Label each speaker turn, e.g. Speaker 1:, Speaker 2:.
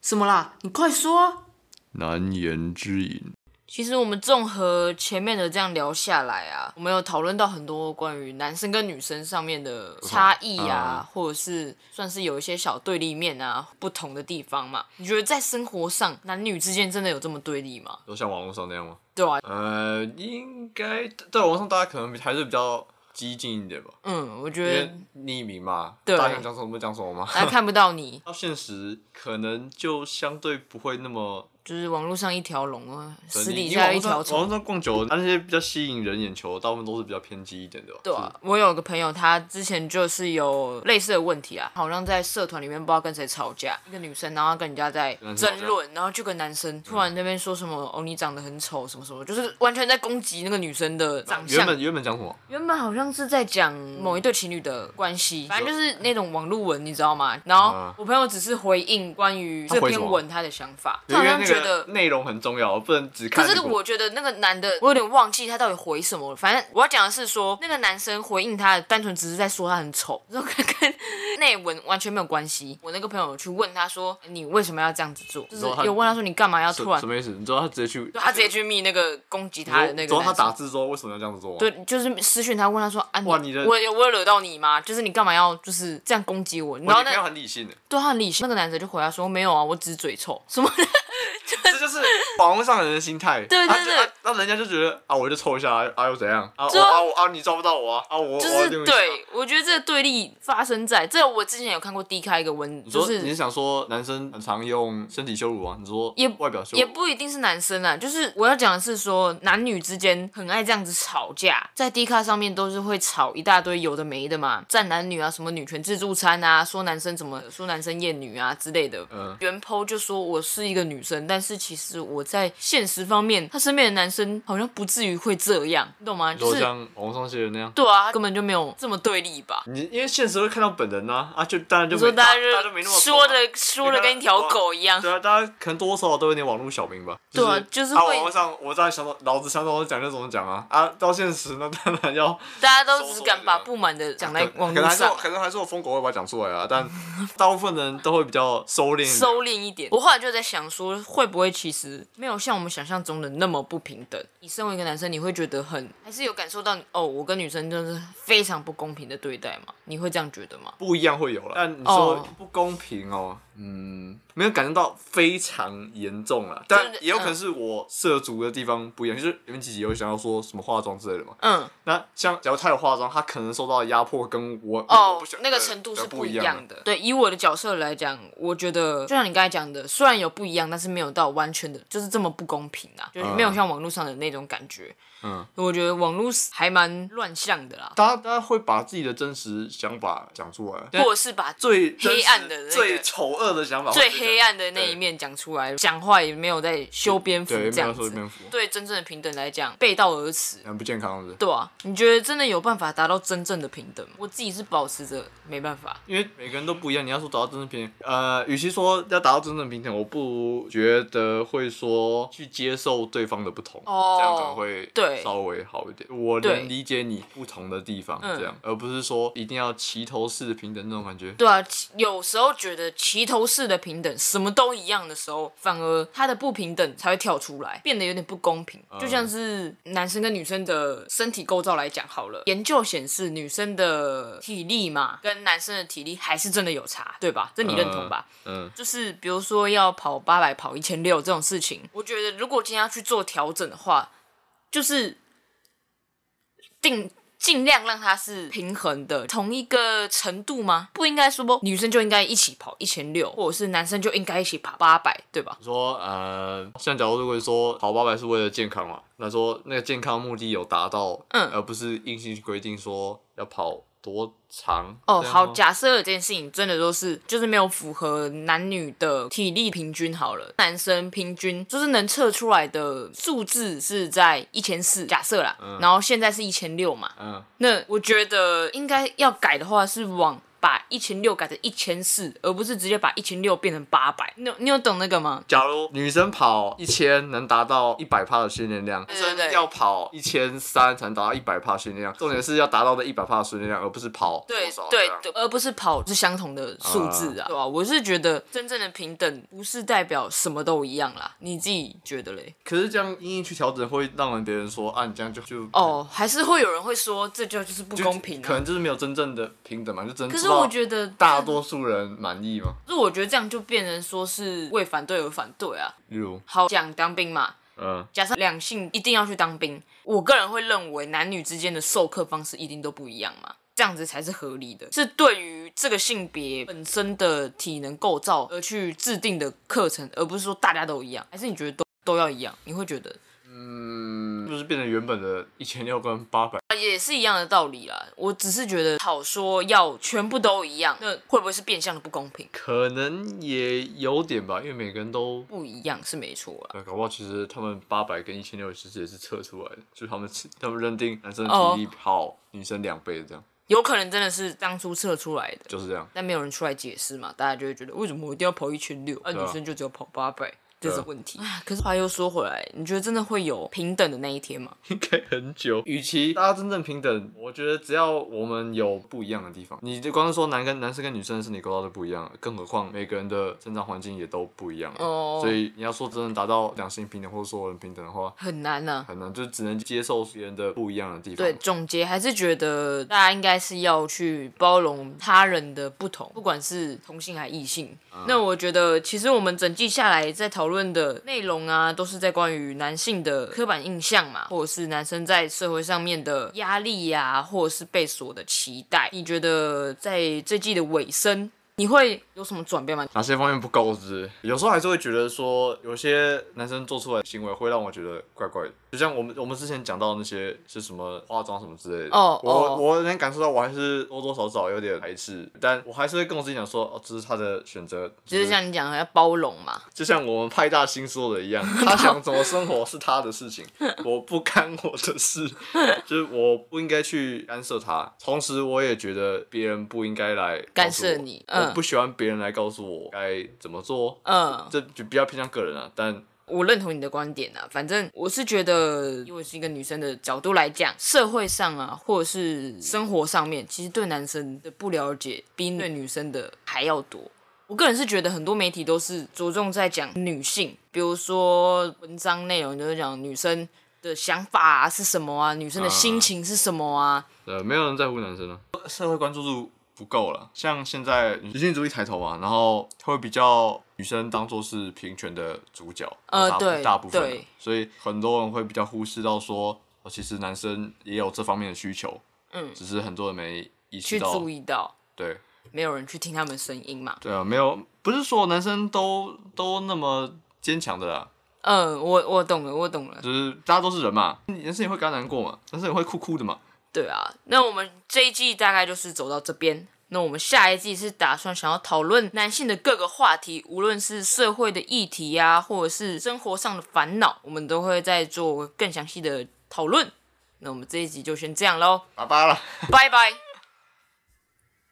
Speaker 1: 什么啦？你快说、啊！
Speaker 2: 难言之隐。
Speaker 3: 其实我们综合前面的这样聊下来啊，我们有讨论到很多关于男生跟女生上面的差异啊，
Speaker 2: 嗯
Speaker 3: 或者是算是有一些小对立面啊，不同的地方嘛。你觉得在生活上，男女之间真的有这么对立吗？
Speaker 2: 都像网络上那样吗？
Speaker 3: 对啊，
Speaker 2: 呃，应该在网络上大家可能还是比较激进一点吧，
Speaker 3: 嗯，我
Speaker 2: 因
Speaker 3: 觉
Speaker 2: 为
Speaker 3: 得
Speaker 2: 匿名嘛，
Speaker 3: 对
Speaker 2: 大家想讲什么就讲什么嘛。
Speaker 3: 大家看不到你，
Speaker 2: 到现实可能就相对不会那么
Speaker 3: 就是网络上一条龙啊，
Speaker 2: 对
Speaker 3: 私
Speaker 2: 你
Speaker 3: 底
Speaker 2: 你
Speaker 3: 下
Speaker 2: 网
Speaker 3: 一
Speaker 2: 络上
Speaker 3: 条
Speaker 2: 网
Speaker 3: 虫
Speaker 2: 络。上逛久了，那些比较吸引人眼球，大部分都是比较偏激一点的吧。
Speaker 3: 对啊，我有个朋友，他之前就是有类似的问题啊，好像在社团里面不知道跟谁吵架，一个女生，然后跟人家在
Speaker 2: 跟人吵架
Speaker 3: 争论，然后就跟男生突然那边说什么、哦你长得很丑什么什么，就是完全在攻击那个女生的长
Speaker 2: 是。原
Speaker 3: 相。
Speaker 2: 本原本讲什么？
Speaker 3: 原本好像是在讲某一对情侣的关系，反正就是那种网路文，你知道吗？然后
Speaker 2: 嗯
Speaker 3: 我朋友只是回应关于这
Speaker 2: 他回什
Speaker 3: 篇
Speaker 2: 么
Speaker 3: 文他的想法，
Speaker 2: 因
Speaker 3: 他好
Speaker 2: 为
Speaker 3: 像
Speaker 2: 那
Speaker 3: 觉得
Speaker 2: 个内容很重要，不能只看
Speaker 3: 可
Speaker 2: 这
Speaker 3: 是
Speaker 2: 个。
Speaker 3: 我觉得那个男的，我有点忘记他到底回什么了。反正我要讲的是说，那个男生回应他，单纯只是在说他很丑，这种跟跟内文完全没有关系。我那个朋友去问他说：“你为什么要这样子做？”就是
Speaker 2: 说他
Speaker 3: 有问他说：“你干嘛要突然
Speaker 2: 什什？”么意思？你知道他直接去，
Speaker 3: 就他直接去密那个攻击他的那
Speaker 2: 主
Speaker 3: 个
Speaker 2: 要他
Speaker 3: 男生。
Speaker 2: 打字之后为什么要这样子做？，
Speaker 3: 对，就是私讯他问他说：“啊，
Speaker 2: 哇你的
Speaker 3: 我有我有惹到你吗？就是你干嘛要就是这样攻击我？”然
Speaker 2: 我
Speaker 3: 后
Speaker 2: 女朋友
Speaker 3: 那
Speaker 2: 很理性的，
Speaker 3: 对他很理性，那个男生就回答说：“没有啊，我只是嘴臭。”什么？
Speaker 2: 这就是网络上的人的心态。
Speaker 3: 对对
Speaker 2: 他就
Speaker 3: 对
Speaker 2: 啊那人家就觉得啊，我就凑一下啊，啊又怎样？啊我
Speaker 3: 就
Speaker 2: 啊我啊你抓不到我啊，啊我
Speaker 3: 就是对，我觉得这个对立发生在这，我之前有看过 D 开一个文，
Speaker 2: 你
Speaker 3: 就
Speaker 2: 说你是
Speaker 3: 是
Speaker 2: 想说男生很常用身体羞辱啊？你说
Speaker 3: 也
Speaker 2: 外表羞辱
Speaker 3: 也不一定是男生啊，就是我要讲的是说男女之间很爱这样子吵架，在 D 卡上面都是会吵一大堆有的没的嘛，站男女啊，什么女权自助餐啊，说男生怎么说男生厌女啊之类的。
Speaker 2: 嗯
Speaker 3: 原 PO 就说我是一个女生，但是其实我在现实方面，他身边的男生好像不至于会这样，你懂吗？
Speaker 2: 就
Speaker 3: 就是
Speaker 2: 像网络上些人那样。
Speaker 3: 对啊，根本就没有这么对立吧。
Speaker 2: 你因为现实会看到本人呐、啊，就当然就
Speaker 3: 你
Speaker 2: 没
Speaker 3: 说大家
Speaker 2: 大家没
Speaker 3: 就
Speaker 2: 那么
Speaker 3: 说
Speaker 2: 的
Speaker 3: 的说的跟一条狗一样，
Speaker 2: 对啊，大家可能多多少少都有点网络小兵吧。
Speaker 3: 对啊
Speaker 2: 啊，
Speaker 3: 就是
Speaker 2: 啊，
Speaker 3: 会
Speaker 2: 网络上我在想到老子想到我讲就怎么讲啊啊，到现实那当然要
Speaker 3: 大家都只敢把不满的讲在网
Speaker 2: 可能
Speaker 3: 络
Speaker 2: 还是
Speaker 3: 上
Speaker 2: 我，可能还是我疯狗会把它讲出来啊， 但大部分人都会比较收敛一点。
Speaker 3: 收敛一点。我后来就在想说，会不会其实没有像我们想象中的那么不平等？你身为一个男生，你会觉得很还是有感受到哦，我跟女生就是非常不公平的对待嘛？你会这样觉得吗？
Speaker 2: 不一样会有了，但你说
Speaker 3: 哦
Speaker 2: 不公平哦，嗯，没有感觉到非常严重了，但也有可能是嗯我涉足的地方不一样，就是你们几集有想要说什么化妆之类的嘛？
Speaker 3: 嗯，
Speaker 2: 那像假如他有化妆，他可能受到的压迫跟我我
Speaker 3: 哦
Speaker 2: 不喜，欢
Speaker 3: 那个
Speaker 2: 的
Speaker 3: 程度
Speaker 2: 的
Speaker 3: 是
Speaker 2: 不
Speaker 3: 不
Speaker 2: 一
Speaker 3: 一
Speaker 2: 样
Speaker 3: 样的。对，以我的角色来讲，我觉得就像你刚才讲的，虽然有不一样，但是没有到完全的，就是这么不公平啊，就是没有像网络上的那种感觉。
Speaker 2: 嗯，
Speaker 3: 我觉得网络还蛮乱象的啦，
Speaker 2: 大家大家会把自己的真实想法讲出来，
Speaker 3: 或者是把
Speaker 2: 最真
Speaker 3: 黑
Speaker 2: 实
Speaker 3: 暗的那个
Speaker 2: 最丑恶的想法，
Speaker 3: 最黑
Speaker 2: 暗，
Speaker 3: 暗的那一面讲出来，讲话也没有在修边幅
Speaker 2: 对，
Speaker 3: 这
Speaker 2: 没有
Speaker 3: 样
Speaker 2: 说
Speaker 3: 子，
Speaker 2: 蝙蝠，
Speaker 3: 对真正的平等来讲背道而驰。
Speaker 2: 很不健康的。
Speaker 3: 对啊，你觉得真的有办法达到真正的平等吗？我自己是保持着没办法，
Speaker 2: 因为每个人都不一样，你要说达到真正平等，呃，与其说要达到真正平等，我不如觉得会说去接受对方的不同，
Speaker 3: 哦
Speaker 2: 这样可能会
Speaker 3: 对
Speaker 2: 稍微好一点。我
Speaker 3: 对
Speaker 2: 能理解你不同的地方，
Speaker 3: 嗯
Speaker 2: 这样，而不是说一定要齐头式的平等那种感觉。
Speaker 3: 对啊，其有时候觉得齐头式的平等，什么都一样的时候，反而它的不平等才会跳出来，变得有点不公平。就像是男生跟女生的身体构造来讲好了，研究显示女生的体力嘛，跟男生的体力还是真的有差，对吧？这你认同吧？
Speaker 2: 嗯，
Speaker 3: 就是比如说要跑八百、跑一千六这种事情，我觉得如果今天要去做调整的话，就是定尽量让它是平衡的，同一个程度吗？不应该说女生就应该一起跑一千六，或者是男生就应该一起跑八百，对吧？
Speaker 2: 你说呃，像假如如果说跑八百是为了健康嘛，那说那个健康目的有达到，
Speaker 3: 嗯
Speaker 2: 而不是硬性规定说要跑多长。
Speaker 3: 哦，
Speaker 2: 这样
Speaker 3: 好，
Speaker 2: 吗
Speaker 3: 假设这件事情真的都是就是没有符合男女的体力平均好了，男生平均就是能测出来的数字是在一千四，假设啦，然后现在是一千六嘛，
Speaker 2: 嗯，
Speaker 3: 那我觉得应该要改的话是往把一千六改成一千四，而不是直接把一千六变成八百。你有你有懂那个吗？
Speaker 2: 假如女生跑一千能达到一百帕的训练量，
Speaker 3: 对嗯
Speaker 2: 男
Speaker 3: 对对
Speaker 2: 生要跑一千三才能达到一百帕训练量。重点是要达到那一百帕的训练量，而不是跑
Speaker 3: 对
Speaker 2: 多少
Speaker 3: 对
Speaker 2: 这样
Speaker 3: 对，而不是跑是相同的数字啊，对吧、我是觉得真正的平等不是代表什么都一样啦，你自己觉得嘞？
Speaker 2: 可是这样硬硬去调整，会让人别人说啊，你这样就就
Speaker 3: 哦，还是会有人会说这就就是不
Speaker 2: 就
Speaker 3: 公平
Speaker 2: 可
Speaker 3: 啊。
Speaker 2: 能就是没有真正的平等嘛，就真
Speaker 3: 可
Speaker 2: 知
Speaker 3: 是
Speaker 2: 道
Speaker 3: 我觉得
Speaker 2: 大多数人满意嘛。
Speaker 3: 可是我觉得这样就变成说是为反对而反对啊。
Speaker 2: 例如，
Speaker 3: 好讲当兵嘛，
Speaker 2: 嗯，
Speaker 3: 假设两性一定要去当兵，我个人会认为男女之间的授课方式一定都不一样嘛，这样子才是合理的，是对于这个性别本身的体能构造而去制定的课程，而不是说大家都一样，还是你觉得都都要一样？你会觉得？
Speaker 2: 嗯，就是变成原本的一千六跟八百，
Speaker 3: 啊也是一样的道理啦，我只是觉得好说要全部都一样，那会不会是变相的不公平？
Speaker 2: 可能也有点吧，因为每个人都。
Speaker 3: 不一样是没错啦。
Speaker 2: 呃搞不好其实他们八百跟一千六其实也是测出来的，就是他们他们认定男生的体力好女生两倍这样，
Speaker 3: 有可能真的是当初测出来的，
Speaker 2: 就是这样。
Speaker 3: 但没有人出来解释嘛，大家就会觉得为什么我一定要跑一千六，啊，
Speaker 2: 对啊
Speaker 3: 女生就只有跑八百，这
Speaker 2: 对啊
Speaker 3: 是问题。唉可是话又说回来，你觉得真的会有平等的那一天吗？
Speaker 2: 应该很久。嗯与其大家真正平等，我觉得只要我们有不一样的地方，你就光是说男跟男生跟女生的身体构造都不一样，更何况每个人的生长环境也都不一样。
Speaker 3: 哦
Speaker 2: 所以你要说真的达到两性平等或者说人平等的话，
Speaker 3: 很难啊呢、
Speaker 2: 很难，就只能接受别人的不一样的地方。
Speaker 3: 对，总结还是觉得大家应该是要去包容他人的不同，不管是同性还异性。那我觉得，其实我们整季下来在讨论的内容啊，都是在关于男性的刻板印象嘛，或者是男生在社会上面的压力呀、或者是被所的期待。你觉得在这季的尾声，你会有什么转变吗？
Speaker 2: 哪些方面不够知？有时候还是会觉得说，有些男生做出来的行为会让我觉得怪怪的。就像我们我们之前讲到那些是什么化妆什么之类的，
Speaker 3: 哦
Speaker 2: 我
Speaker 3: 哦
Speaker 2: 我能感受到我还是多多少少有点排斥，但我还是会跟我自己讲说，哦，这是他的选择，
Speaker 3: 就是像你讲的要包容嘛，
Speaker 2: 就像我们派大星说的一 样，他想怎么生活是他的事情，我不干我的事，就是我不应该去干涉他。同时，我也觉得别人不应该来告诉我
Speaker 3: 干涉你嗯
Speaker 2: 我不喜欢别人来告诉我该怎么做。
Speaker 3: 嗯，
Speaker 2: 这就比较偏向个人啊，但
Speaker 3: 我认同你的观点啊，反正我是觉得，因为是一个女生的角度来讲，社会上啊，或者是生活上面，其实对男生的不了解比对女生的还要多。我个人是觉得很多媒体都是着重在讲女性，比如说文章内容就是讲女生的想法、啊、是什么啊，女生的心情是什么啊，
Speaker 2: 呃，没有人在乎男生啊，社会关注度不够了。像现在女性主义抬头嘛，然后会比较女生当做是平权的主角，
Speaker 3: 呃
Speaker 2: 大部
Speaker 3: 对
Speaker 2: 大部分啊
Speaker 3: 对，
Speaker 2: 所以很多人会比较忽视到说，哦，其实男生也有这方面的需求，
Speaker 3: 嗯
Speaker 2: 只是很多人没意识
Speaker 3: 去
Speaker 2: 到，
Speaker 3: 注意到，
Speaker 2: 对
Speaker 3: 没有人去听他们声音嘛。
Speaker 2: 对啊，没有，不是说男生都都那么坚强的啦，
Speaker 3: 嗯，我我懂了，我懂了。
Speaker 2: 就是大家都是人嘛，男生也会感难过嘛，男生也会哭哭的嘛，
Speaker 3: 对啊，那我们这一季大概就是走到这边。那我们下一季是打算想要讨论男性的各个话题，无论是社会的议题啊，或者是生活上的烦恼，我们都会再做更详细的讨论。那我们这一集就先这样喽，
Speaker 2: 爸爸啦。
Speaker 3: 拜拜。